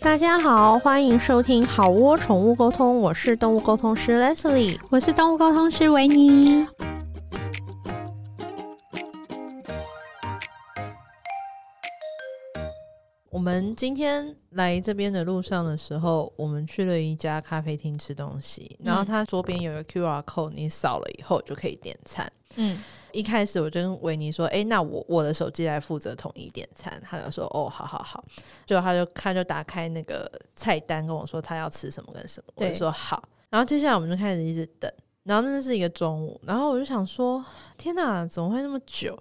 大家好，欢迎收听好窝宠物沟通，我是动物沟通师 Leslie。我是动物沟通师维尼。我们今天来这边的路上的时候，我们去了一家咖啡厅吃东西，嗯然后它左边有一个 QR code，你扫了以后就可以点餐。嗯，一开始我就跟维尼说：“哎、那我我的手机来负责统一点餐。”他就说：“哦，好好好。”就他就他就打开那个菜单跟我说他要吃什么跟什么，我对就说好。然后接下来我们就开始一直等，然后那是一个中午，然后我就想说：“天哪，怎么会那么久？”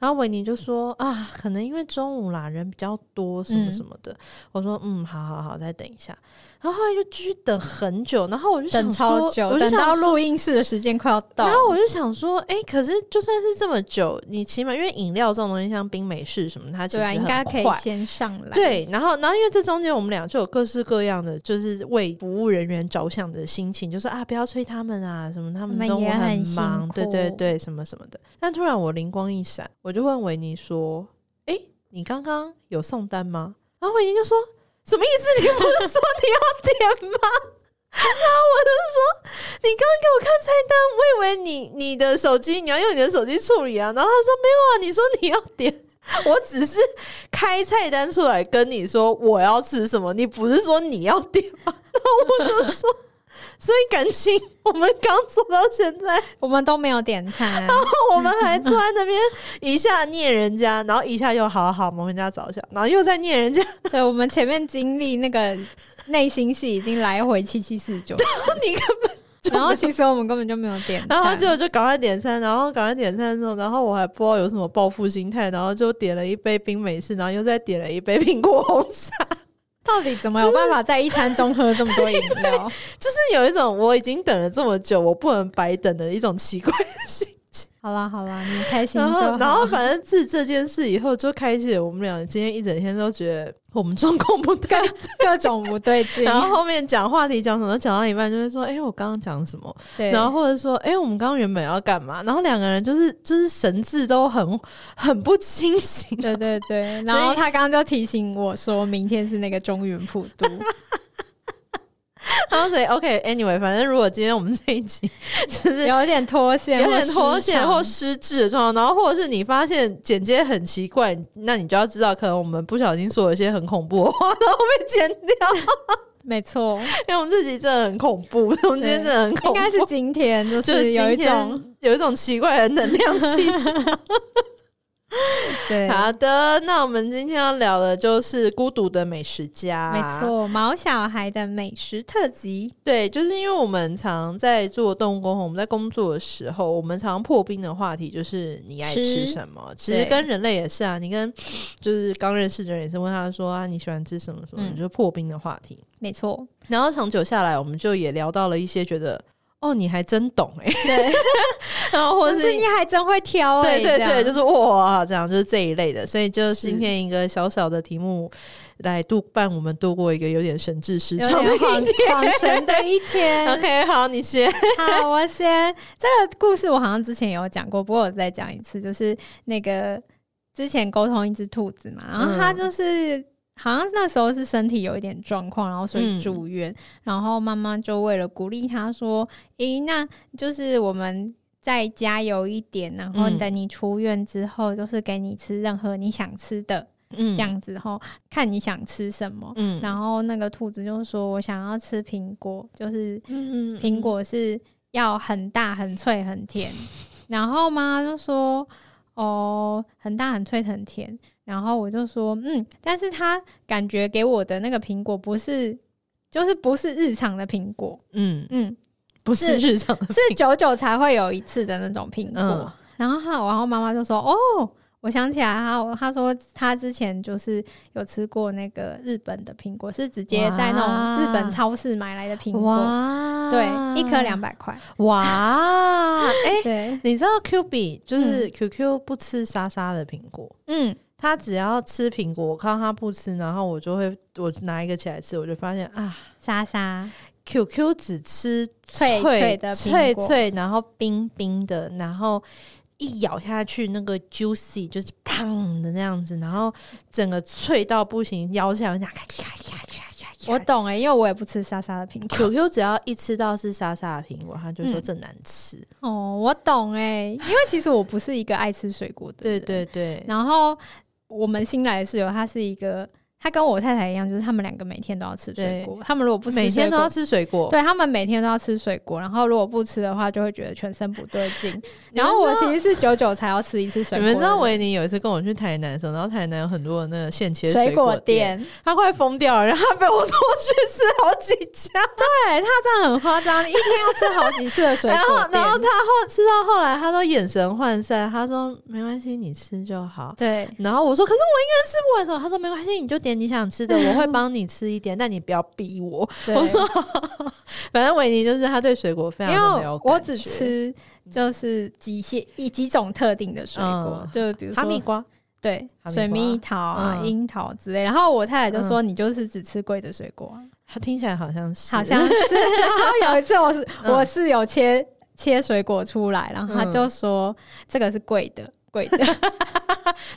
然后维尼就说：“啊，可能因为中午啦，人比较多，什么嗯什么的。我说：“嗯，好好好，再等一下。”然后后来就继续等很久，然后我就想等说超久，我就等想到说录音室的时间快要到。然后我就想说，哎、可是就算是这么久，你起码因为饮料这种东西，像冰美式什么，它其对实啊，应该可以很快先上来。，对，然后，然后因为这中间我们俩就有各式各样的，就是为服务人员着想的心情，就说啊，不要催他们啊，什么他他们中午也很忙，辛对对苦对，什么什么的。但突然我灵光一闪，我就问维尼说：“哎、你刚刚有送单吗？”然后维尼就说：“什么意思？你不是说你要点吗？”然后我就说：“你刚刚给我看菜单，我以为你你的手机你要用你的手机处理啊。”然后他说：“没有啊，你说你要点。”我只是开菜单出来跟你说我要吃什么，你不是说你要点吗？然后我就说， 所以感情我们刚做到现在，我们都没有点餐。啊 我们还坐在那边一下念人家，然后一下又好好我们回家找一下，然后又在念人家，然对，我们前面经历那个内心戏已经来回七七四九，后你根本就没有然后其实我们根本就没有点餐。然后他就就赶快点餐，然后赶快点餐之后，然后我还不知道有什么报复心态，然后就点了一杯冰美式，然后又再点了一杯苹果红茶。到底怎么有办法在一餐中喝这么多饮料？就是有一种我已经等了这么久，我不能白等的一种奇怪的心情。好啦好啦，你开心就然好后，。然后反正自这件事以后，就开启了我们俩今天一整天都觉得我们状况不太对。各种不对劲，然后后面讲话题讲什么，讲到一半就会说：“哎、我刚刚讲什么？”对，然后或者说：“哎、我们刚刚原本要干嘛？”然后两个人就是就是神志都很很不清醒。对对对，然后他刚刚就提醒我说明天是那个中原普 渡，然后所以 OK，anyway，、反正如果今天我们这一集 就是有点脱线，有点脱线或失失智的状况，然后或者是你发现剪接很奇怪，那你就要知道，可能我们不小心说了一些很恐怖的话，然后被剪掉，常没 错，因为我们自己真的很恐怖，我们今天真的很恐应 怖，该是今天就就是有一今天种有一种奇怪的能量 气质。对，好的，那我们今天要聊的就是孤独的美食家，没。错，毛小孩的美食特辑，对，就是因为我们常在做动物工我们在工作的时候，我们常破冰的话题就是你爱吃吃什么。其实对跟人类也是啊，你跟就是刚认识的人也是问他说啊你喜欢吃什么什么，嗯你就破冰的话题。没错，然后长久下来，我们就也聊到了一些觉得哦你还真懂哎、 对，然后或可者是是你。还真会挑欸，对对这样对，就是哇，这样就是这一类的，所以就是是今天一个小小的题目来度伴我们度过一个有点神志失有常的点一恍 天。恍神的一 天。 OK，好，你先。好，我先这个故事我好像之前有讲过，不过我再讲一次，就是那个之前沟通一只兔子嘛，然后它嗯就是、好像那时候是身体有一点状况，然后所以嗯住院，然后妈妈就为了鼓励它说：“诶、那就是我们。”再加油一点，然后嗯等你出院之后，就是给你吃任何你想吃的、嗯这样子，后看你想吃什么。嗯然后那个兔子就说：“我想要吃苹果，就是嗯苹果是要很大、很脆、很甜。然后妈妈就说：“哦，很大、很脆、很甜。”然后我就说：“嗯，但是它感觉给我的那个苹果不是，就是不是日常的苹果，嗯， 嗯，不是日常的是久久才会有一次的那种苹果。嗯然后他，然后妈妈就说：“哦，我想起来他，他说他之前就是有吃过那个日本的苹果，是直接在那种日哇本超市买来的苹果，哇对，一颗两百块，哇，哎、对，你知道 Q B 就是 QQ 不吃沙沙的苹果，嗯，他只要吃苹果，我看到他不吃，然后我就会我拿一个起来吃，我就发现啊莎莎， ，QQ 只吃脆脆的脆苹果脆，然后冰冰的，然后。一咬下去，那个 juicy 就是砰的那样子，然后整个脆到不行，咬起来咔咔咔咔咔咔，我懂欸哎、因为我也不吃沙沙的苹果。 QQ 只要一吃到是沙沙的苹果，他就说嗯这难吃。 哦，我懂哎、因为其实我不是一个爱吃水果的对人。对对，然后我们新来的室友，他是一个，他跟我太太一样，就是他们两个每天都要吃水果。他们如果不吃水果，每天都要吃水果。对他们每天都要吃水果，然后如果不吃的话，就会觉得全身不对 劲。然后我其实是久久才要吃一次水你果的们人。知道维尼有一次跟我去台南的时候，然后台南有很多的那个现切水果果，店，他快疯掉了，然后他被我拖去吃好几家，对他这样很夸张，一天要吃好几次的水 然后果店。然后他后吃到后来，他都眼神涣散，他说没关系，你吃就好。对，然后我说：“可是我一个人吃不完。”的时候，他说：“没关系，你就点你想吃的，我 会帮你吃一点，但你不要逼我。”对我说：“反正维尼就是他对水果非因常的没为有我感只觉吃就是几些以几种特定的水果嗯，就比如说哈密瓜，对哈密水瓜蜜桃啊、嗯樱桃之类。然后我太太就说：“你就是只吃贵的水果啊。他听起来好像是好像 是。然后有一次我是、嗯我室友切切水果出来，然后他嗯就说：“这个是贵的，贵 的，？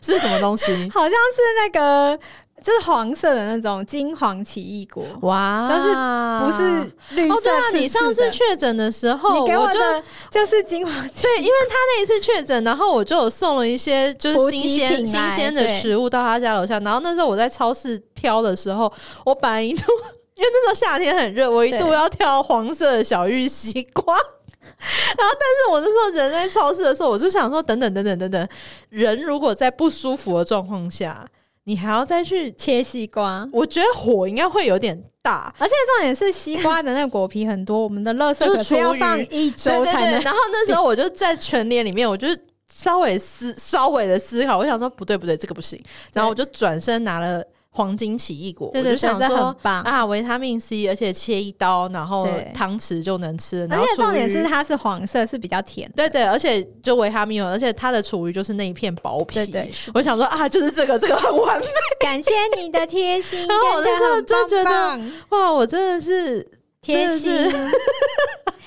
是什么东西好像是那个就是黄色的那种金黄奇异果， 哇，就是不是绿色哦，刺刺的、对啊，你上次确诊的时候，你给我我就的就是金黄奇 对，因为他那一次确诊，然后我就有送了一些就是补新给鲜品新来鲜的对食物到他家楼下。然后那时候我在超市挑的时候，我本来一度因为那时候夏天很热，我一度对要挑黄色的小玉西瓜。 然后，但是我那时候人在超市的时候，我就想说，等等等等等等，人如果在不舒服的状况下，你还要再去，切西瓜。”我觉得火应该会有点大。而且重点是西瓜的那个果皮很多，我们的垃圾就是可是要厨余放一对周对才对，能然后那时候我就在全脸里面，我就是稍微思稍微的思考，我想说不对不对，这个不行。然后我就转身拿了黄金奇异果，对我对就想对这说很棒啊，维他命 C，而且切一刀，然后对汤匙就能吃。然而后且重点厨余是它是黄色，是比较甜的。对对，而且就维他命有，而且它的厨余就是那一片薄皮。对对是我想说啊，就是这个，这个很完美感谢你的贴心， 然后我真的很那时候就觉得棒棒哇！我真的是，贴真心，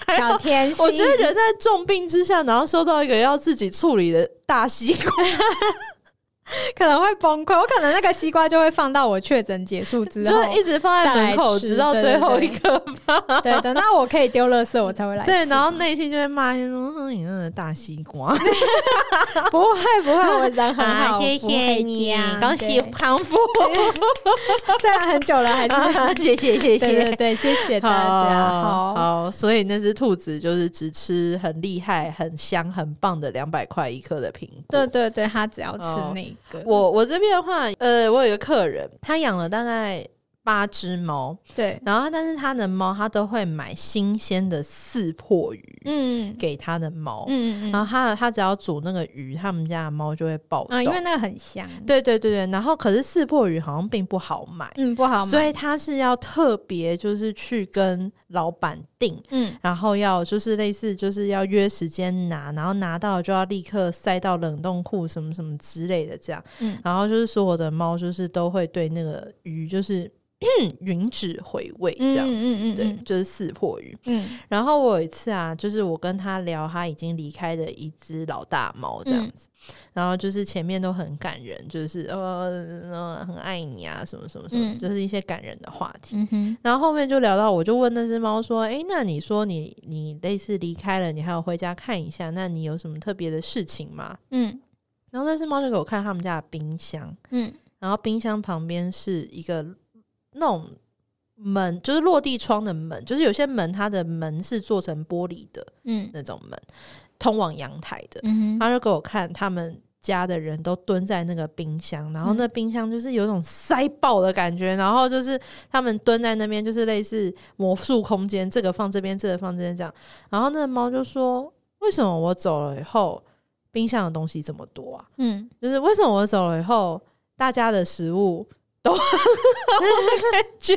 小甜心。我觉得人在重病之下，然后收到一个要自己处理的大西瓜，可能会崩溃，我可能那个西瓜就会放到我确诊结束之就后，是一直放在再来门口，吃直到对最对后对一刻对，等到我可以丢垃圾，我才会来吃。对，然后内心就会骂一声：“哼，你那个大西 瓜，不会不会，我人很好，不会这样 恭喜对康复，虽然很久了，还是 谢谢对谢对。对，谢谢”大家。好好，好，所以那只兔子就是只吃很厉害、很香、很棒的两百块一颗的苹果。对对对，他只要吃那个，我我这边的话，呃，我有一个客人，他养了大概八只猫，对，然后他但是他的猫，他都会买新鲜的四破鱼嗯给啊他的猫，嗯嗯然嗯后他他只要煮那个鱼，他们家的猫就会暴动。嗯，因为那个很香，，对对对对，然后可是四破鱼好像并不好买，嗯，不好买，所以他是要特别就是去跟老板订，嗯，然后要就是类似就是要约时间拿，然后拿到就要立刻塞到冷冻库什么什么之类的这样，嗯然后就是所有的猫就是都会对那个鱼就是 吮指回味这样。嗯嗯嗯，对，就是四破鱼。嗯然后我有一次啊，就是我跟他聊他已经离开的一只老大猫这样子，然后就是前面都很感人，就是呃呃很爱你啊，什么什么什么，嗯就是一些感人的话题。嗯哼，然后后面就聊到，我就问那只猫说：“诶，那你说你你类似离开了，你还有回家看一下，那你有什么特别的事情吗嗯？”然后那只猫就给我看他们家的冰箱，嗯然后冰箱旁边是一个那种门，就是落地窗的门，就是有些门它的门是做成玻璃的嗯那种门，通往阳台的。嗯哼，他就给我看他们家的人都蹲在那个冰箱，然后那冰箱就是有种塞爆的感觉，然后就是他们蹲在那边，就是类似魔术空间，这个放这边，这个放这边这样。然后那个猫就说：“为什么我走了以后，冰箱的东西这么多啊？”嗯就是为什么我走了以后，大家的食物都 很好的感觉。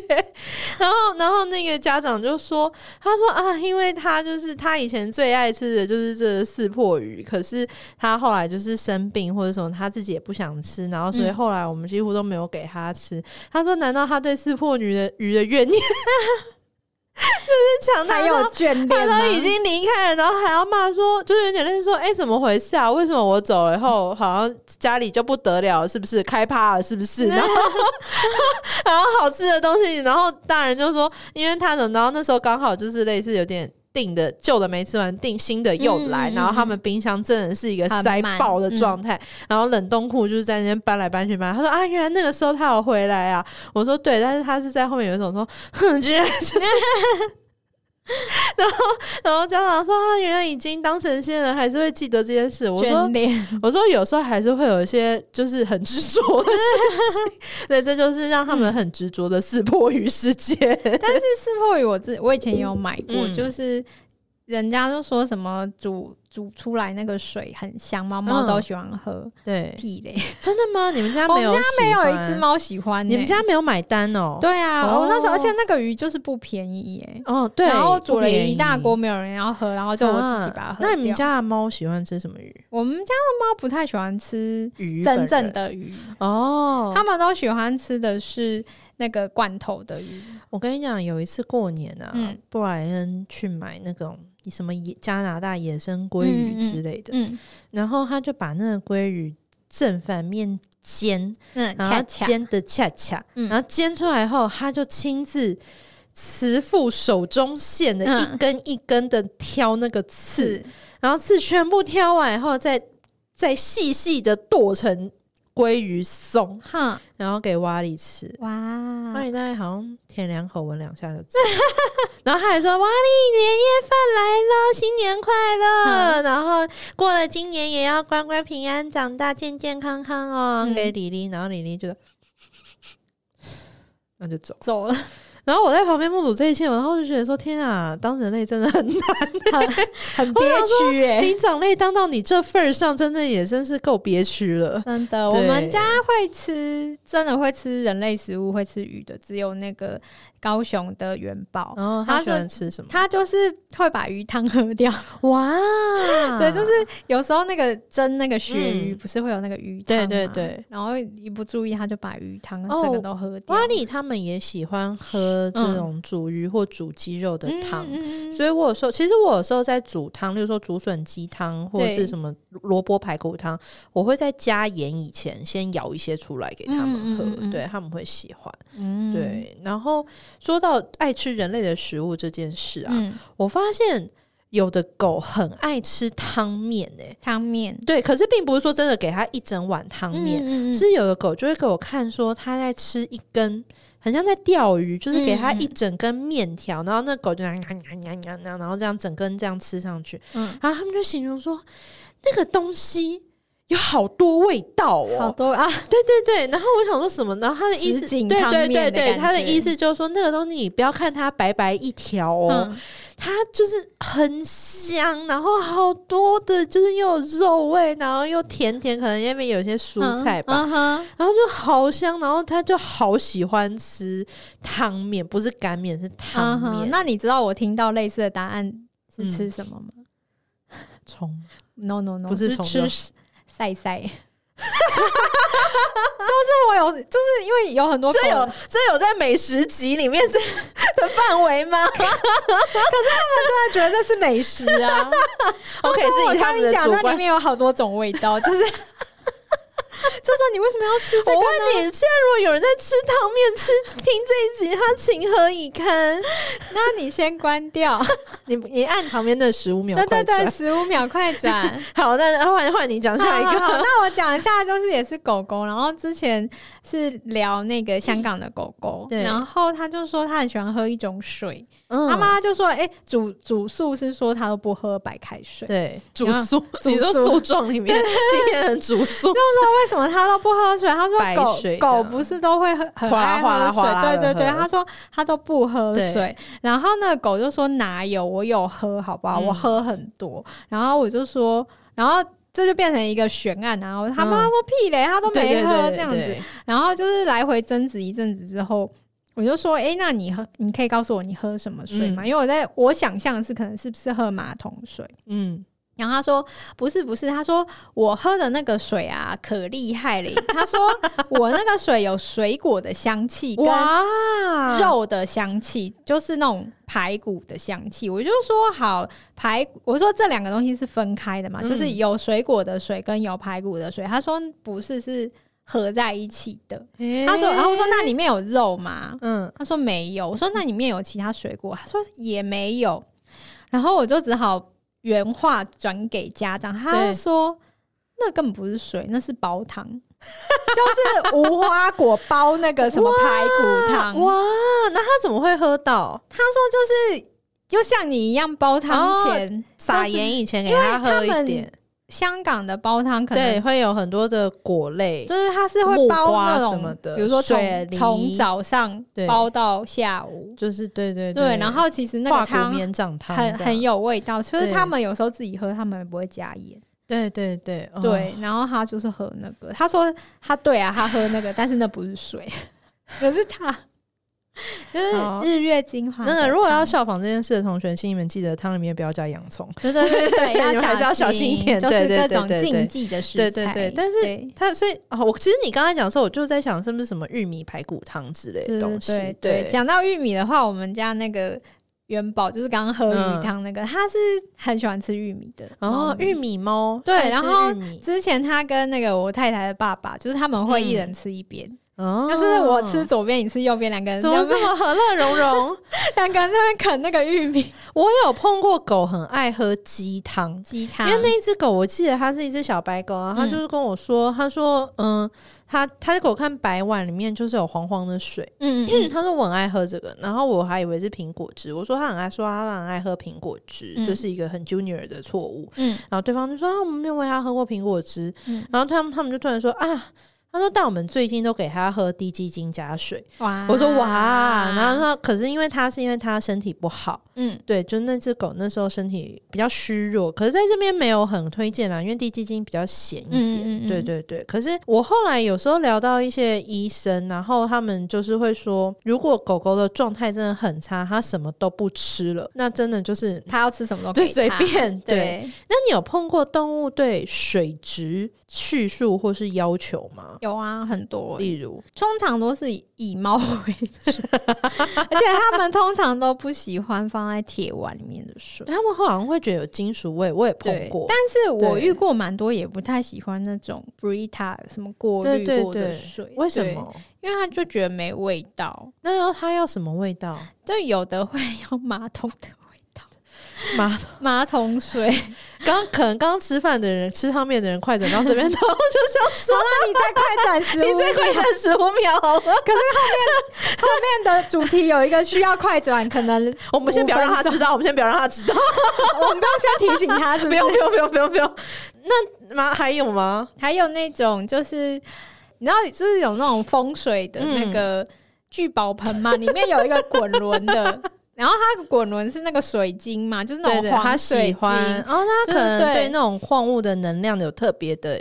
然后，然后那个家长就说：“他说啊，因为他就是他以前最爱吃的就是这四破鱼，可是他后来就是生病或者什么，他自己也不想吃，然后所以嗯后来我们几 乎都没有给他吃。他说，难道他对四破鱼的鱼的怨念？强还大有到眷他恋吗都已经离开了，然后还要骂说，就是有点类似说，哎、怎么回事啊？为什么我走了以后，好像家里就不得了，是不是？开趴了，是 不是？然后， 然后好吃的东西，然后大人就说，因为他等到那时候刚好就是类似有点。订的旧的没吃完，订新的又来，嗯嗯嗯然后他们冰箱真的是一个塞爆的状态，然后冷冻库就是在那边搬来搬去搬来。他说啊，原来那个时候他有回来啊，我说对，但是他是在后面有一种说，哼， 居然就是然后家长说啊，原来已经当神仙了，还是会记得这件事。我说眷恋，我说有时候还是会有一些就是很执着的事情， 对，这就是让他们很执着的识破于世界。但是四破鱼我自我以前也有买过，嗯就是人家都说什么煮煮出来那个水很香，猫猫嗯都喜欢喝， 对，屁嘞！真的吗？你们家我没有？们家没有一只？猫喜欢、你们家？没有买单哦？对啊，哦我那时候而且那个鱼就是不便宜耶、哦，对，然后煮不了便宜一大锅，。没有人要喝，然后就我自己把它啊喝掉。那你们家的猫喜欢吃什么鱼？我们家的猫不太喜欢吃鱼真本正人的鱼，哦，它们都喜欢吃的是那个罐头的鱼。我跟你讲，有一次过年啊，嗯布莱恩去买那种什么野加拿大野生鲑鱼之类的，嗯然后他就把那个鲑鱼正反面煎，嗯，然后恰恰煎的恰恰，嗯然后煎出来后，他就亲自。慈父手中线的嗯一根一根的挑那个刺，是然后刺全部挑完以后再再细细的剁成鲑鱼松，哼哎然后给蛙里吃。哇那，你大概好像舔两口，闻两下就知道。 然后他还说：“哇，你年夜饭来了，新年快乐！然后过了今年也要乖乖平安长大，健健康康哦。嗯给李丽，然后李丽就， 那就走。走了，然后我在旁边目睹这一切，然后就觉得说：天啊，当人类真的很难。 很憋屈哎、灵长类当到 你这份儿上，真的也真是够憋屈了。真的， 我对们家会吃，真的会吃人类食物，会吃鱼的，只有那个高雄的元宝，然后他哦他喜说欢吃什么？他就是会把鱼汤喝掉。 哇，对，就是有时候那个蒸那个鳕鱼，嗯不是会有那个鱼汤对吗对对。然后一不注意，他就把鱼汤哦整个都喝掉。蛙里他们也喜欢喝这嗯种煮鱼或煮鸡肉的嗯汤，嗯所以我有时候其实我有时候在煮汤，例如说竹笋鸡汤或者对是什么萝卜排骨汤，我会在加盐以前先舀一些出来给他们喝，嗯嗯嗯嗯对他们会喜欢。嗯，对，然后说到爱吃人类的食物这件事啊，嗯，我发现有的狗很爱吃汤面诶、汤面对，可是并不是说真的给它一整碗汤面，嗯嗯嗯是有的狗就会给我看说它在吃一根，很像在钓鱼，就是给嗯它一整根面条，然后那狗就呀呀呀呀呀，然后这样整根这样吃上去，嗯然后他们就形容说那个东西有好多味道好哦，多啊，对对对，然后我想说什么，然后他的意思，什锦对汤对面的对对，感他的觉意思就是说那个东西你不要看它白白一条哦，嗯它就是很香，然后好多的，就是又有肉味，然后又甜甜，可能因为有些蔬菜吧，嗯嗯哼然后就好香，然后他就好喜欢吃汤面，不是干面，是汤嗯哼面。那你知道我听到类似的答案是吃什么吗葱？No No No，不是虫哦吃肉晒晒。 就是我有，就是因为有很多狗这有这有在美食集里面这的范围 吗真的觉得这是美食啊。 ？OK，我是以他跟们你的讲，主那观里。面有好多种味 道，就是就说你为什么要吃这我个？问你，现在如果有人在吃汤面，吃听这一集，他情何以堪？那你先关掉， 你你按旁边的十五秒对快对转，对，十五秒快转。 好，那换换你讲下一好好好个。那我讲一下，就是也是狗狗，然后之前是聊那个香港的狗狗，嗯对然后他就说他很喜欢喝一种水，嗯 他妈妈就说，哎、煮煮素是说他都不喝白开水，对，煮宿，煮素状里面，今天的煮就 宿是说为什么他都不喝水？他说白狗水这狗样不是都会很很哗啦爱哗啦喝水哗啦，对地对对。喝他说他都不喝对水，然后那个狗就说哪有，我有喝，好不好？我嗯喝很多。然后我就说，然后这就变成一个悬案。啊然后他妈嗯说屁嘞，他都对没对喝对这样对子。然后就是来回争执一阵子之后。我就说，哎、那你喝，你嗯可以告诉我你喝什么水吗？因为我在我想象是可能是不是喝马桶水，嗯，然后他说不是不是，他说我喝的那个水啊可厉害 了，他说我那个水有水果的香气跟哇，肉的香气，就是那种排骨的香气。我就说好排，我说这两个东西是分开的嘛，嗯就是有水果的水跟有排骨的水。他说不是，是合在一起的。诶他说，然后我说那里面有肉吗？嗯，他说没有。我说那里面有其他水果？他说也没有。然后我就只好原话转给家长，他对就说那根本不是水，那是煲汤。就是无花果煲那个什么排骨汤，哇，那他怎么会喝到？他说就是就像你一样煲汤前，撒就是盐以前给他喝一因为点，香港的煲汤可对，能会有很多的果类，就是它是会木煲瓜那什么种的比如说水从梨从早上对煲到下午，就是对对对，然后其实那化个骨汤绵掌汤很这样很有味道，就是对他们有时候自己喝，他们也不会加盐。对对对哦对，然后他就是喝那个，他说他对啊，他喝那个，但是那不是水， 可是他就是好日月精华的那汤。个如果要效仿这件事的同学，请你们记得汤里面不要加洋葱。对对对对，你们还是要小心一点就对是对各对种对对禁忌的食对材。对对但是对它所以啊、我其实你刚才讲的时候，我就在想是不是什么玉米排骨汤之类的对东西。对对，讲到玉米的话，我们家那个元宝就是刚刚喝嗯鱼汤那个，他是很喜欢吃玉米的。然后哦玉米猫，对它是然后玉米之前他跟那个我太太的爸爸，就是他们会一嗯人吃一边，哦就是我吃左边，你吃右边，两个人怎在么那这边么和乐融融？ 两个人在那边啃那个玉米我有碰过狗很爱喝鸡汤，鸡汤，因为那一只狗，我记得它是一只小白狗啊，它嗯就是跟我说，它说，嗯，它它给我看白碗里面就是有黄黄的水，嗯嗯 他说我很爱喝这个，然后我还以为是苹果汁，我说他很爱说他很爱喝苹果汁，嗯这是一个很 junior 的错误。嗯然后对方就说啊，我们没有喂他喝过苹果汁，嗯然后他们他们就突然说啊。他说：“但我们最近都给他喝低基精加水。哇我说：“哇！”然后说：“可是因为他是因为他身体不好，嗯对，就那只狗那时候身体比较虚弱。可是在这边没有很推荐啊啦，因为低基精比较咸一点。嗯嗯嗯对对对，可是我后来有时候聊到一些医生，然后他们就是会说，如果狗狗的状态真的很差，它什么都不吃了，那真的就是他要吃什么都就给随他，便。对，对，那你有碰过动物对水质叙述或是要求吗？有啊，很多例如，通常都是以以猫为主，而且他们通常都不喜欢放在铁碗里面的水。他们好像会觉得有金属味，我也碰对过，。但是我对遇过蛮多也不太喜欢那种 Brita 什么过对滤对过的对水，为什对？么？因为他就觉得没味道，那要它要什么味道？就有的会 用马桶的味道，马马桶 水。刚可能刚吃饭的人吃汤面的人快转到这边，然后就想说你再快转十 你再快看十五秒好了，面的主题有一个需要快转，可能 我们先不要让他五分知道，我们先不要让他知道，我们不要先提醒他，是 不 用不用不用不用不用。那妈还有吗？还有那种就是，你知道，就是有那种风水的那个聚宝盆嘛，里面有一个滚轮 的，然后它的滚轮是那个水晶嘛，就是那对种对，黄他水喜晶，欢，哦，那就他是可能对对那种矿物的能量有特别的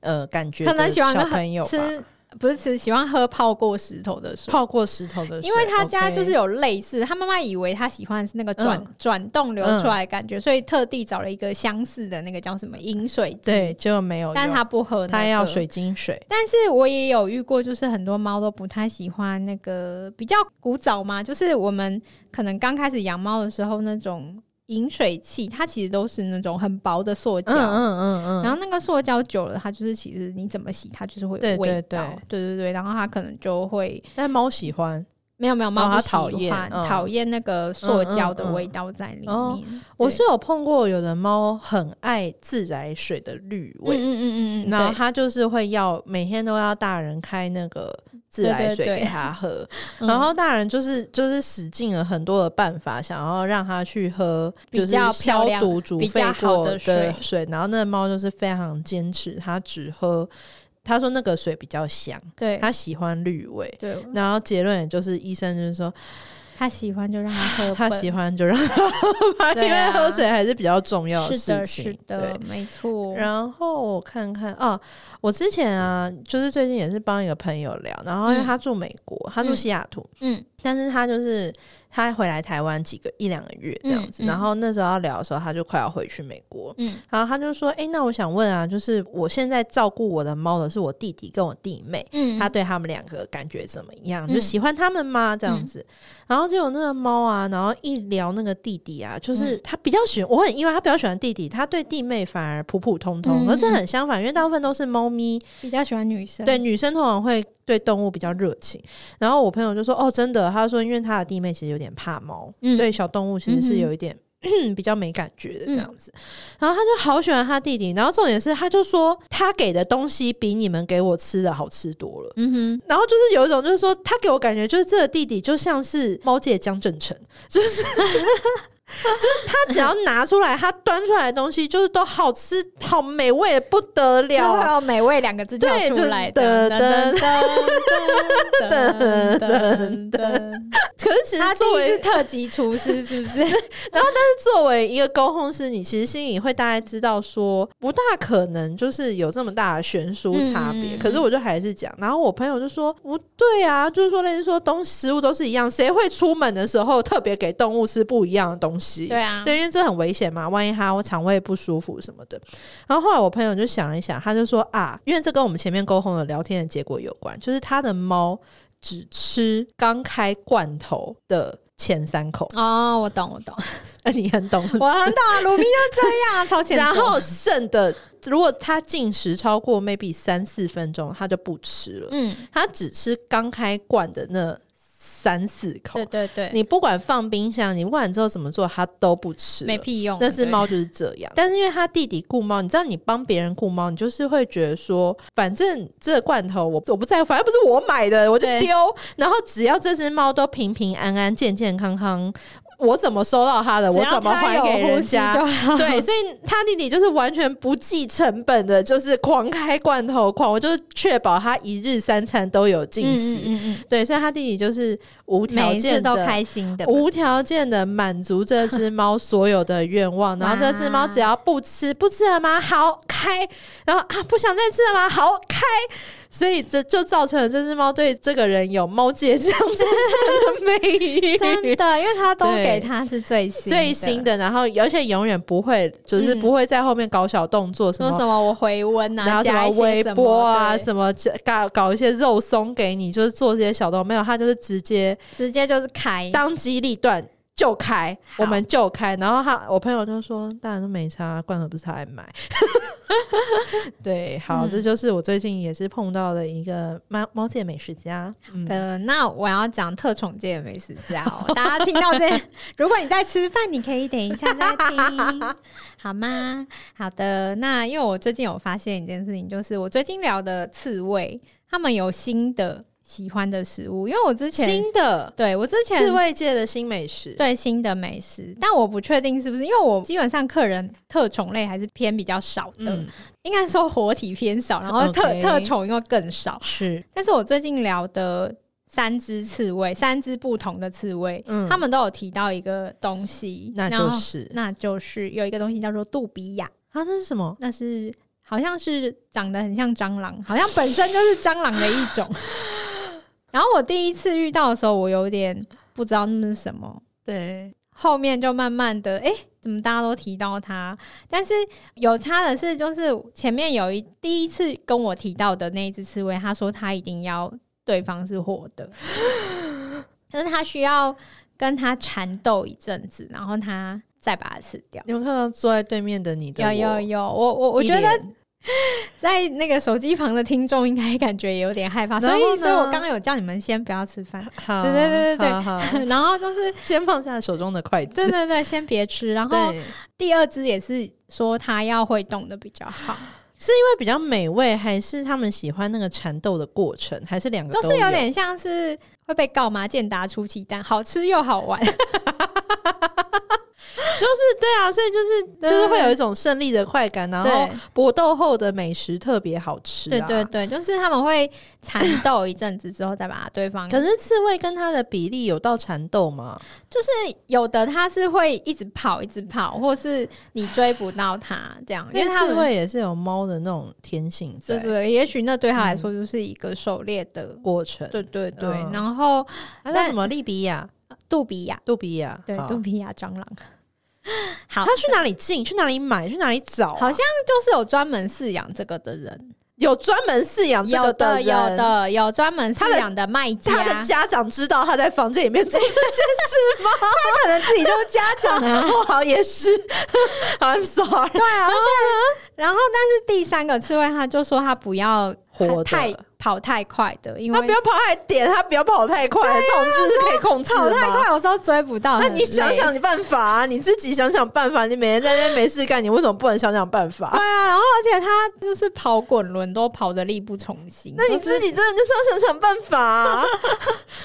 呃感觉，可能喜欢小喝朋友吧吃不是吃，喜欢喝泡过石头的水。泡过石头的水，因为他家 OK 就是有类似，他妈妈以为他喜欢的是那个转嗯转、动流出来的感觉，所以特地找了一个相似的那个叫什么饮水机，对，就没哦有用，但他不喝、那个，他要水晶水，但是我也有遇过，就是很多猫都不太喜欢那个比较古早嘛，就是我们可能刚开始养猫的时候那种饮水器，它其实都是那种很薄的塑胶。嗯嗯嗯嗯，然后后那个塑胶久了，它就是其实你怎么洗，它就是会对有味对道，对对对然后它可能就会但猫喜欢，没有没有哦猫它不喜讨厌欢嗯讨厌那个塑胶的味道在里面。嗯对嗯我是有碰过有的猫很爱自来水的绿嗯味，嗯嗯嗯嗯，然后对他就是会要每天都要大人开那个自来水对对对给他喝， 嗯然后大人就是就是使尽了很多的办法，想要让他去喝比就是较漂消亮毒煮比沸较好过的水水，然后那个猫就是非常坚持，它只喝，他说那个水比较香，嗯对它喜欢绿味。对，然后结论也就是医生就是说，，它喜欢就让它喝他喜欢就让他喝吧，呃因对为啊喝水还是比较重要是事的，情。是对的，没错。然后我看看啊，我之前啊，就是最近也是帮一个朋友聊，然后因嗯为他住美国，他住西雅图，嗯但是他就是他回来台湾几个一两个月这样子，嗯嗯然后那时候要聊的时候，他就快要回去美国，嗯然后他就说：“哎、那我想问啊，就是我现在照顾我的猫的是我弟弟跟我弟妹，嗯他对他们两个感觉怎么样？嗯就喜欢他们吗？这样子。然后就有那个猫啊，然后一聊那个弟弟啊，就是嗯他比较喜欢，我很意外，他比较喜欢弟弟，他对弟妹反而普普通通，嗯可是很相反，因为大部分都是猫咪，比较喜欢女生，对，女生通常会对动物比较热情。然后我朋友就说：“哦，真的，他说因为他的弟妹其实有点怕猫，嗯对小动物其实嗯是哼嗯有一点。 比较没感觉的这样子，然后他就好喜欢他弟弟，然后重点是他就说他给的东西比你们给我吃的好吃多了，嗯然后就是有一种，就是说他给我感觉就是这个弟弟就像是猫界江正成， 就是就是他只要拿出来，他端出来的东西就是都好吃、好美味得不得哼，就会了。有美味两个字跳对出就来噔的，噔噔噔噔噔噔噔。可是其他实第作一为是特级厨师，是不是？作为一个沟通师，你其实心里会大概知道说不大可能就是有这么大的悬殊差别。嗯可是我就还是讲，然后我朋友就说不对啊，就是说类似说东西食物都是一样，谁会出门的时候特别给动物吃不一样的东西？对啊， 对，因为这很危险嘛，万一他肠胃不舒服什么的。然后后来我朋友就想了一想，他就说啊，因为这跟我们前面沟通的聊天的结果有关，就是他的猫只吃刚开罐头的前三口， 哦，我懂，我懂，你很 懂是不我是。很懂啊，鲁宾就这样，超前奏。然后剩的，如果他进食超过 maybe 三四分钟，他就不吃了，嗯，他只吃刚开罐的那三四口对。对对，你不管放冰箱，你不管之后怎么做，它都不吃了，没屁用，那只哦对猫就是这样。但是因为它弟弟顾猫，你知道你帮别人顾猫，你就是会觉得说，反正这罐头我我不在乎，反正不是我买的，我就对丢。然后只要这只猫都平平安安、健健康康，我怎么收到它的，只我要怎么它还有给呼人吸家？就好对，所以他弟弟就是完全不计成本的，就是狂开罐头狂，我就是确保他一日三餐都有进食。嗯嗯嗯对，所以他弟弟就是无嗯，条每一次件的都开心的吧，无条件的满足这只猫所有的 愿望，然后这只猫只要不吃，不吃了吗？好开，然后啊不想再吃了吗？好开，所以这就造成了这只猫对这个人有猫界这样真正的魅真力。的，因为他都对给他是最新最新 的，的，然后而且永远不会，就是嗯不会在后面搞小动作什说么，什么我回温啊，然后什加么一些微波啊，什么什么搞搞一些肉松给你，就是做这些小动作，没有，它就是直接对直接就是开，当机立断就开，好我们就开。然后他我朋友就说，当然都没差，罐头不是他爱买。 对，好，嗯这就是我最近也是碰到的一个猫猫界美食家。嗯，的，呃那我要讲特宠界的美食家 哦，大家听到这，如果你在吃饭，你可以等一下再 听，好吗？好的，那因为我最近有发现一件事情，就是我最近聊的刺猬，他们有新的喜欢的食物，因为我之前新的对我之前自卫界的新美食，对新的美食，但我不确定是不是，因为我基本上客人特宠类还是偏比较少的，嗯，应该说活体偏少，然后特 OK 特宠又更少。是，但是我最近聊的三只刺猬，三只不同的刺猬，嗯他们都有提到一个东西，那然就后是那就是有一个东西叫做杜比亚，啊，那是什么？那是好像是长得很像蟑螂，好像本身就是蟑螂的一 种。然后我第一次遇到的时候，我有点不知道那是什么，对，后面就慢慢的，哎、怎么大家都提到它？但是有差的是，就是前面有一第一次跟我提到的那一只刺猬，他说他一定要对方是活的，就是他需要跟他缠斗一阵子，然后他再把它吃掉。你有看到坐在对面的你的有我有有，我我我一觉得脸在那个手机旁的听众应该感觉有点害怕，所然后以呢所以我刚刚有叫你们先不要吃 饭，好，对对对对对好好然后就是先放下手中的筷子。 对对对，先别吃，然后对，第二只也是说它要会动的比较好，是因为比较美味，还是他们喜欢那个缠斗的过程，还是两个就都是有点像啊是会被告吗？健达出奇蛋，好吃又好玩。就是对啊，所以就是对就是会有一种胜利的快感，然后对搏斗后的美食特别好吃、对啊，对对，就是他们会缠斗一阵子之后再把对 方，可是刺猬跟它的比例有到缠斗吗？就是有的他是会一直跑一直跑，或是你追不到他这样，因为他刺们猬也是有猫的那种天性对在对对，也许那对他来说就是一个狩猎的，过程。对对对。嗯然后还有但什么利比亚、杜比亚，杜比亚？对好杜比亚蟑螂，好，它去哪里进？去哪里买？去哪里找啊、好像就是有专门饲养这个的人，有专门饲养这有个的人有。的有专门他饲的养的卖家，他的家长知道他在房间里面做这些事吗？他可能自己就是 家长啊，不好也是。I'm sorry，对啊，就是然后但是第三个刺猬他就说他不要活的太跑太快的，因为他不要跑太点，他不要跑太快，这种事是可以控制嗯跑太吗快，有时候追不到。那很你想累想你办法、啊，你自己想想办法。你每天在那边没事干，你为什么不能想想办对法？啊，然后而且他就是跑滚轮都跑得力不从心。那你就是自己真的就是要想想办法、 啊。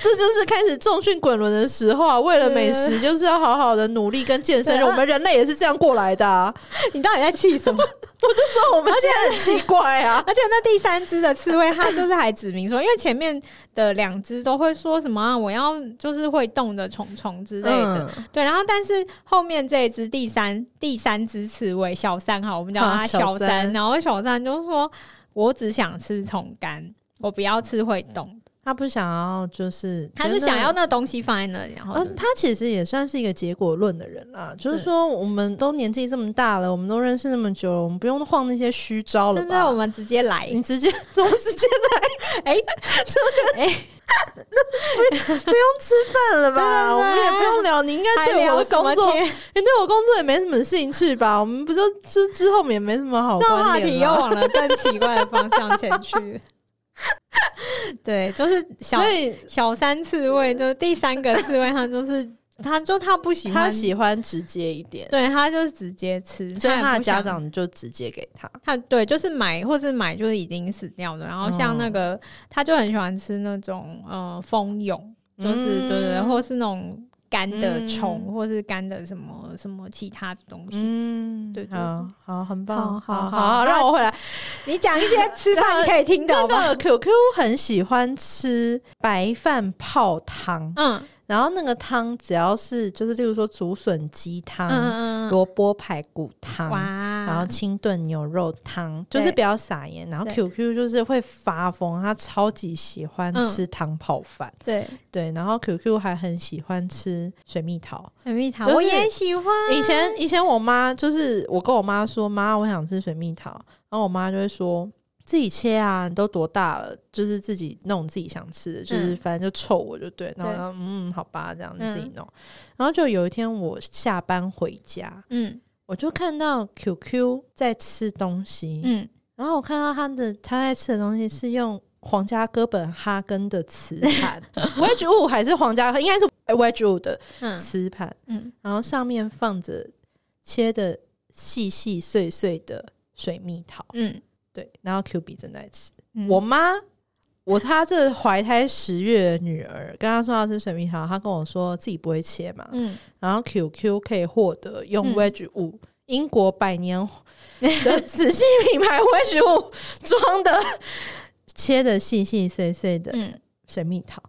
这就是开始重训滚轮的时候啊！为了美食，就是要好好的努力跟健身对。啊我们人类也是这样过来的、啊。 你到底在气 什么？我就说我们现在很奇怪 啊。而且那第三只的刺猬，它就是还指明说，因为前面的两只都会说什么、啊、我要就是会动的虫虫之类的，嗯对，然后但是后面这一只第三第三只刺猬小三哈，我们叫啊它小小三三，然后小三就说：“我只想吃虫干，我不要吃会动。他不想要，就是”他就想要。那东西放在那里，然后嗯、呢他其实也算是一个结果论的人啦，就是对说我们都年纪这么大了，我们都认识那么久了，我们不用晃那些虚招了真吧？的我们直接来，你直接怎么直接来？哎 就是哎哎，那 不不用吃饭了吧？对对对我们也不用聊，你应该还对我聊的什么工作，天你对我工作也没什么兴趣吧？我们不就之之后也没什么好这话关题联又了。往了更奇怪的方向前去。 对，就是小所以小三刺猬，就是第三个刺猬，它就是它就它不喜他欢，喜欢直接一点，对，它就是直接吃，所以也他的不家想长就直接给他。他对，就是买或是买就是已经死掉的，然后像哦那个、他就很喜欢吃那种呃蜂蛹，就是、对对对，嗯或是那种干的虫，嗯或是干的什么什么其他的东西。嗯对对对好，好，很棒，好好好，好好，让我回来。你讲一些吃饭可以听的好那不好？个 QQ 很喜欢吃白饭泡汤，嗯然后那个汤只要是就是例如说竹笋鸡汤，嗯嗯嗯萝卜排骨汤，哇，然后清炖牛肉汤，对就是不要撒盐。然后对 QQ 就是会发疯，他超级喜欢嗯吃汤泡饭，对对。然后 QQ 还很喜欢吃水蜜桃。水蜜桃、就是我也喜欢，以前以前我妈就是我跟我妈说，妈，我想吃水蜜桃，然后我妈就会说。自己切啊，你都多大了，就是自己弄自己想吃的，就是嗯反正就臭我就对，然后对她嗯好吧，这样你嗯自己弄。然后就有一天我下班回家，嗯我就看到 QQ 在吃东西，嗯，然后我看到他的他在吃的东西是用皇家哥本哈根的瓷 盘，Wedgwood 还是皇家，应该是 Wedgwood 的嗯瓷盘，嗯然后上面放着切的细细碎碎的水蜜桃，嗯对，然后 Q B 正在吃，嗯，我妈。我她这怀胎十月的女儿，跟她说要吃水蜜桃，她跟我说自己不会切嘛，嗯然后 QQ 可以获得嗯用 Wedge 五、英国百年 的瓷器品牌 Wedge 五装的切的细细碎碎的嗯，水蜜桃。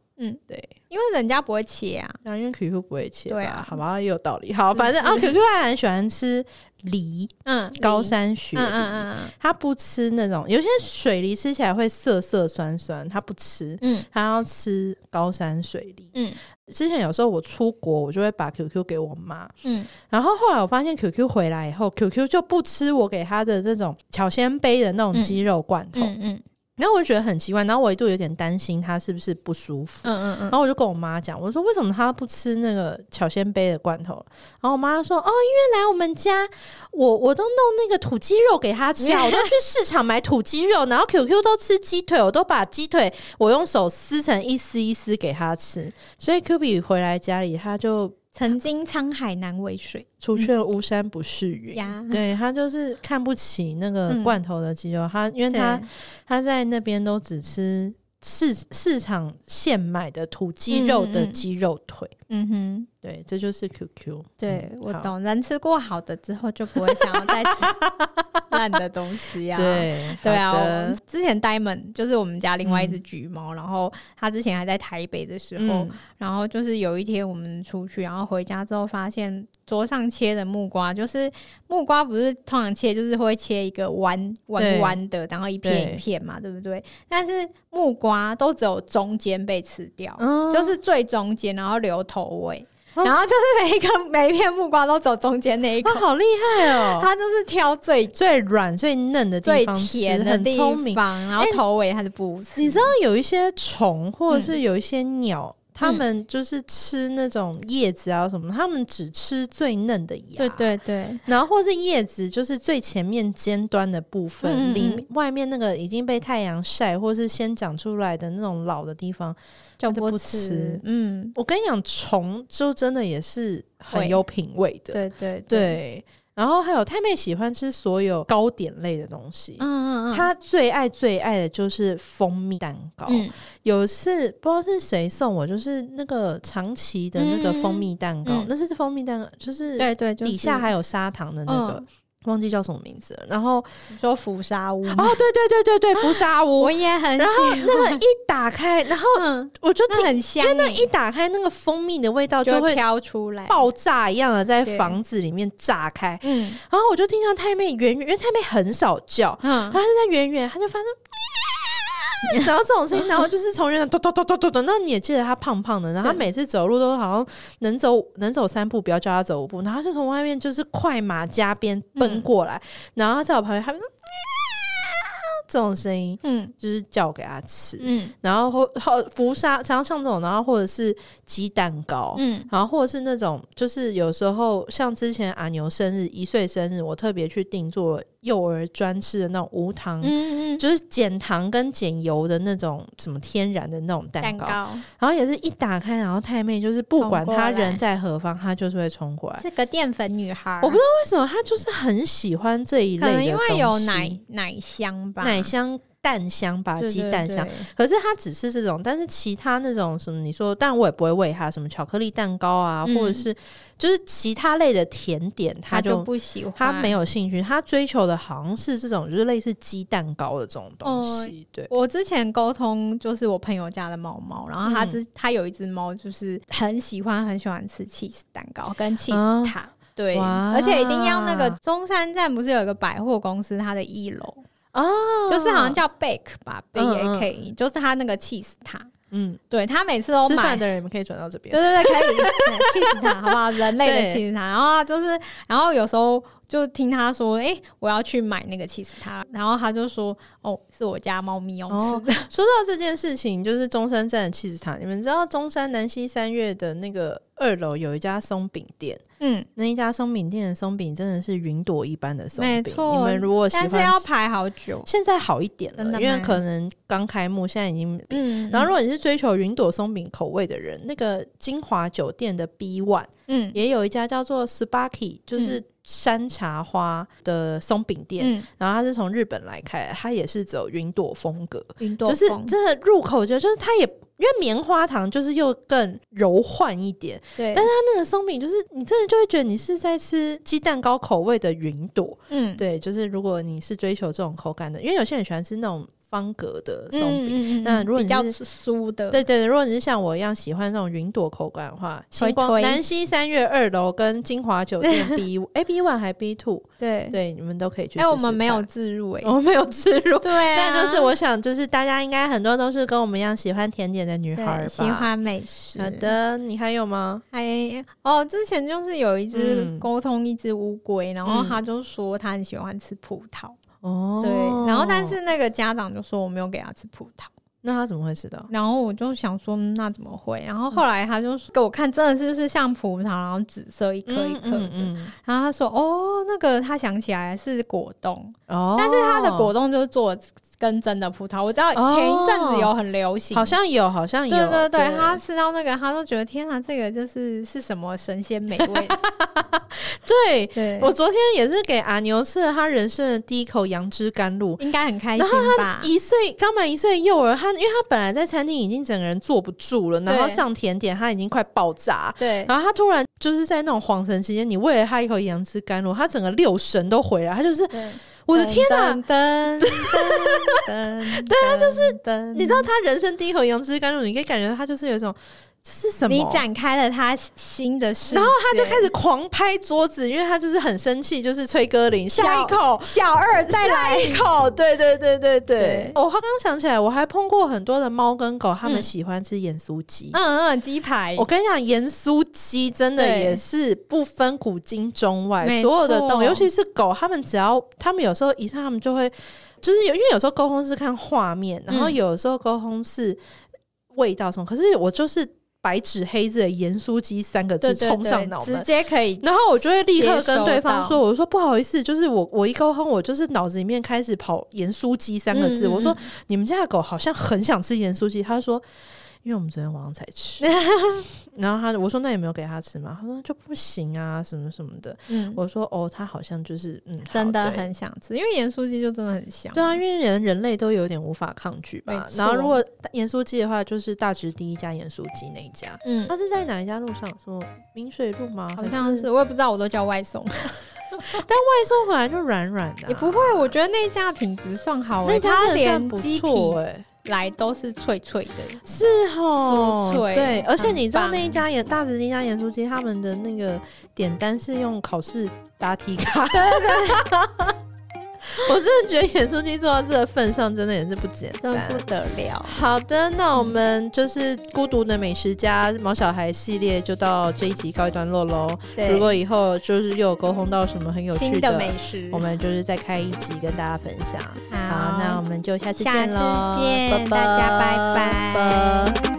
因为人家不会切啊，啊，因为 QQ 不会切吧，对啊好吧，也有道理。好，是反正是啊，QQ 还很喜欢吃梨，嗯，高山雪嗯，梨。嗯嗯他不吃那种，有些水梨吃起来会涩涩酸酸，他不吃，嗯他要吃高山水梨。嗯之前有时候我出国，我就会把 QQ 给我妈，嗯然后后来我发现 QQ 回来以后，QQ 就不吃我给他的这种巧鲜杯的那种嗯鸡肉罐头，嗯嗯然后我就觉得很奇怪，然后我一度有点担心他是不是不舒服，嗯嗯然后我就跟我妈讲，我说为什么他不吃那个巧鲜杯的罐头？然后我妈说哦，因为来我们家，我我都弄那个土鸡肉给他吃啊，我都去市场买土鸡肉，然后 QQ 都吃鸡腿，我都把鸡腿我用手撕成一丝一丝给他吃，所以 Q B 回来家里他就曾经沧海难为水除却巫山不是嗯云。呀。对他就是看不起那个嗯罐头的鸡肉，他因为对他他在那边都只吃市市场现买的土鸡肉的嗯嗯嗯鸡肉腿，嗯哼，对，这就是 QQ。对、嗯我。好懂，人吃过好的之后就不会想要再吃烂的东西啊。。对对啊，好我的们之前 Diamond 就是我们家另外一只嗯橘猫，然后它之前还在台北的时候，嗯然后哦就是有一天我们出去，然后回家之后发现桌上切的木瓜，就是木瓜不是通常切就是会切一个弯弯对弯的，然后一片对一片嘛，对不对？但是木瓜都只有中间被吃掉，嗯就是最中间，然后留头尾，啊然后就是每一个 每一片木瓜都走中间那一口哇，，好厉害哦！它就是挑最最软、最嫩的地最方吃，甜的很地聪明。方，然嗯后哎头尾它就不吃。你知道有一些虫，或者嗯是有一些鸟，它们就是吃那种叶子啊什么，它们只吃最嫩的芽。对。对对，然后或是叶子，就是最前面尖端的部分，嗯嗯嗯里面外面那个已经被太阳晒，或是先长出来的那种老的地方，就它就不不吃吃。嗯，我跟你讲，虫就真的也是很会有品味的。对对对，然后还有太妹喜欢吃所有糕点类的东西。嗯嗯嗯，她最爱最爱的就是蜂蜜蛋糕。嗯有一次不知道是谁送我，就是那个长崎的那个蜂蜜蛋糕，嗯嗯那是蜂蜜蛋糕，就是对对，就是底下还有砂糖的那个，嗯忘记叫什么名字了。然后哦，你说浮沙屋吗，对对对对对，福沙屋嗯啊我，也很喜哦然后欢，那个一打开，然后嗯，我就 那听很香欸，那一打开那个蜂蜜的味道就会飘出来，爆炸一样的在对房子里面炸开，嗯然后我就听到太妹远远，因为太妹很少叫，嗯然后她就在远远，她就 发生，然后这种声音，然后就是从远远咚咚咚咚咚咚。那你也记得她胖胖的，然后她对每次走路都好像能走能走三步，不要叫她走五步，然后她就从外面就是快马加鞭奔过嗯来，然后她在我旁边，她就说嗯这种声音嗯就是叫给她吃，嗯然后或或福沙常常像这种，然后或者是鸡蛋糕，嗯然后或者是那种，就是有时候像之前阿牛生日一岁生日，我特别去定做幼儿专吃的那种无糖，嗯嗯，就是减糖跟减油的那种什么天然的那种蛋蛋糕。糕然后也是一打开，然后太妹就是不管冲过她来人在何方，她就是会冲过来。是个淀粉女孩，我不知道为什么她就是很喜欢这一可类的能因为有东西奶奶香吧，奶香。蛋香吧，对鸡蛋香，，对对可是它只是这种，但是其他那种什么，你说，但我也不会喂它什么巧克力蛋糕啊，嗯或者是就是其他类的甜点，它她就就不喜欢，它没有兴趣。它追求的好像是这种就是类似鸡蛋糕的这种东西，对，我之前沟通就是我朋友家的猫猫，然后它嗯之、它有一只猫，就是很喜欢很喜欢吃 cheese 蛋糕跟 cheese 啊塔。对，哇而且一定要那个中山站不是有一个百货公司，它的一楼、就是好像叫 Bake 吧，B 嗯 A 嗯 K，、就是 E，它那个 cheese 塔。嗯，对，它每次都吃买饭的人你们可以转到这边对，对对，可以哎气死他，好不好？人类的对气死他。然后他就是，然后有时候就听他说，哎、我要去买那个气死他，然后他就说，哦，是我家猫咪用吃的。说到这件事情，就是中山站的气质塔，你们知道中山南溪三月的那个二楼有一家松饼店， 嗯，那一家松饼店的松饼真的是云朵一般的松没饼，错你们如果喜但欢是要排好久。现在好一点真的了，吗因为可能刚开幕，现在已经。嗯，然后，如果你是追求云朵松饼口味的人，那个金华酒店的 B One 嗯也有一家叫做 Sparky，就是山茶花的松饼店。嗯，然后它是从日本来开的，它也是走云朵风格，云朵就是风真的入口就就是它也因为棉花糖就是又更柔焕一点，对，但是它那个松饼就是你真的就会觉得你是在吃鸡蛋糕口味的云朵，嗯，对，就是如果你是追求这种口感的，因为有些人喜欢吃那种方格的松饼。饼那如果嗯比你较是酥的，对对对，如果你是像我一样喜欢那种云朵口感的话，推星光推南西三月二楼跟金华酒店 B 哎 B one 还 B two，对对，你们都可以去试哎，试看。我们没有自入哎我，们没有吃肉，对啊，但哦就是我想，就是大家应该很多都是跟我们一样喜欢甜点的女孩儿吧。嗯对喜。欢美食，好的，你还有吗？还哦，之前就是有一只嗯沟通一只乌龟，然后嗯他就说他很喜欢吃葡萄，哦对，然后但是那个家长就说我没有给他吃葡萄，那他怎么会知道？然后我就想说、嗯那怎么会？然后后嗯来他就说给我看，真的是就是像葡萄，然后紫色一颗一颗的，嗯然后他说哦，那个他想起来是果冻，哦，但是他的果冻就是做跟真的葡萄。我知道哦前一阵子有很流行，好像有，好像有，对对对，他吃到那个，他都觉得天啊，这个就是是什么神仙美 味。对对，我昨天也是给阿牛吃了他人生的第一口杨枝甘露。应该很开心然后吧？一岁刚满一岁的幼儿，他因为他本来在餐厅已经整个人坐不住了，然后对上甜点他已经快爆炸，对然后他突然就是在那种恍神期间，你喂了他一口杨枝甘露，他整个六神都回来，他就是对，我的天哪、噔噔噔 对啊，就是你知道他人生第一口杨枝甘露，你可以感觉到他就是有一种这是什么？你展开了他新的事，然后他就开始狂拍桌子，因为他就是很生气，就是崔歌林下一口。小二再来，下一口，对对对对对。对哦，他刚想起来，我还碰过很多的猫跟狗，他们嗯喜欢吃盐酥鸡。嗯嗯，鸡排我，跟你讲，盐酥鸡真的对也是不分古今中外，没所有的动物，错尤其是狗，他们只要他们有时候一上，他们就会就是有，因为有时候沟通是看画面，然后嗯有时候沟通是味道什么，可是我就是白纸黑字的盐酥鸡三个对字对冲上对，脑直门。接可以，然后我就会立刻接收跟对方到说：“我说不好意思，就是我我一沟通，我就是脑子里面开始跑盐酥鸡三个字。嗯嗯我说嗯你们家的狗好像很想吃盐酥鸡，他说因为我们昨天晚上才 吃，然后他我说那有没有给他吃嘛？他说就不行啊，什么什么的。嗯，我说哦，他好像就是嗯，好真的对很想吃，因为盐酥鸡就真的很香，对啊，因为人人类都有点无法抗拒吧没。错然后如果盐酥鸡的话，就是大直第一家盐酥鸡那一家，嗯他。是在哪一家路上？什么明水路吗？好像还是，我也不知道，我都叫外送，啊外送回来就软软的啊、也不会。我觉得那一家品质算好、欸，那家它真的连算不鸡皮错哎、来都是脆脆的，是哦酥，脆对，而且很你知道棒那一家盐大直那家盐酥鸡，他们的那个点单是用考试答 题卡，对对对。 我真的觉得盐酥鸡做到这个份上，真的也是不简真的单。不得了。好的，那我们就是《孤独的美食家》毛小孩系列就到这一集告一段落喽。对，如果以后就是又有沟通到什么很有趣新的美食，我们就是再开一集跟大家分享。好，那我们就下次下见次喽，见啵啵大家拜拜啵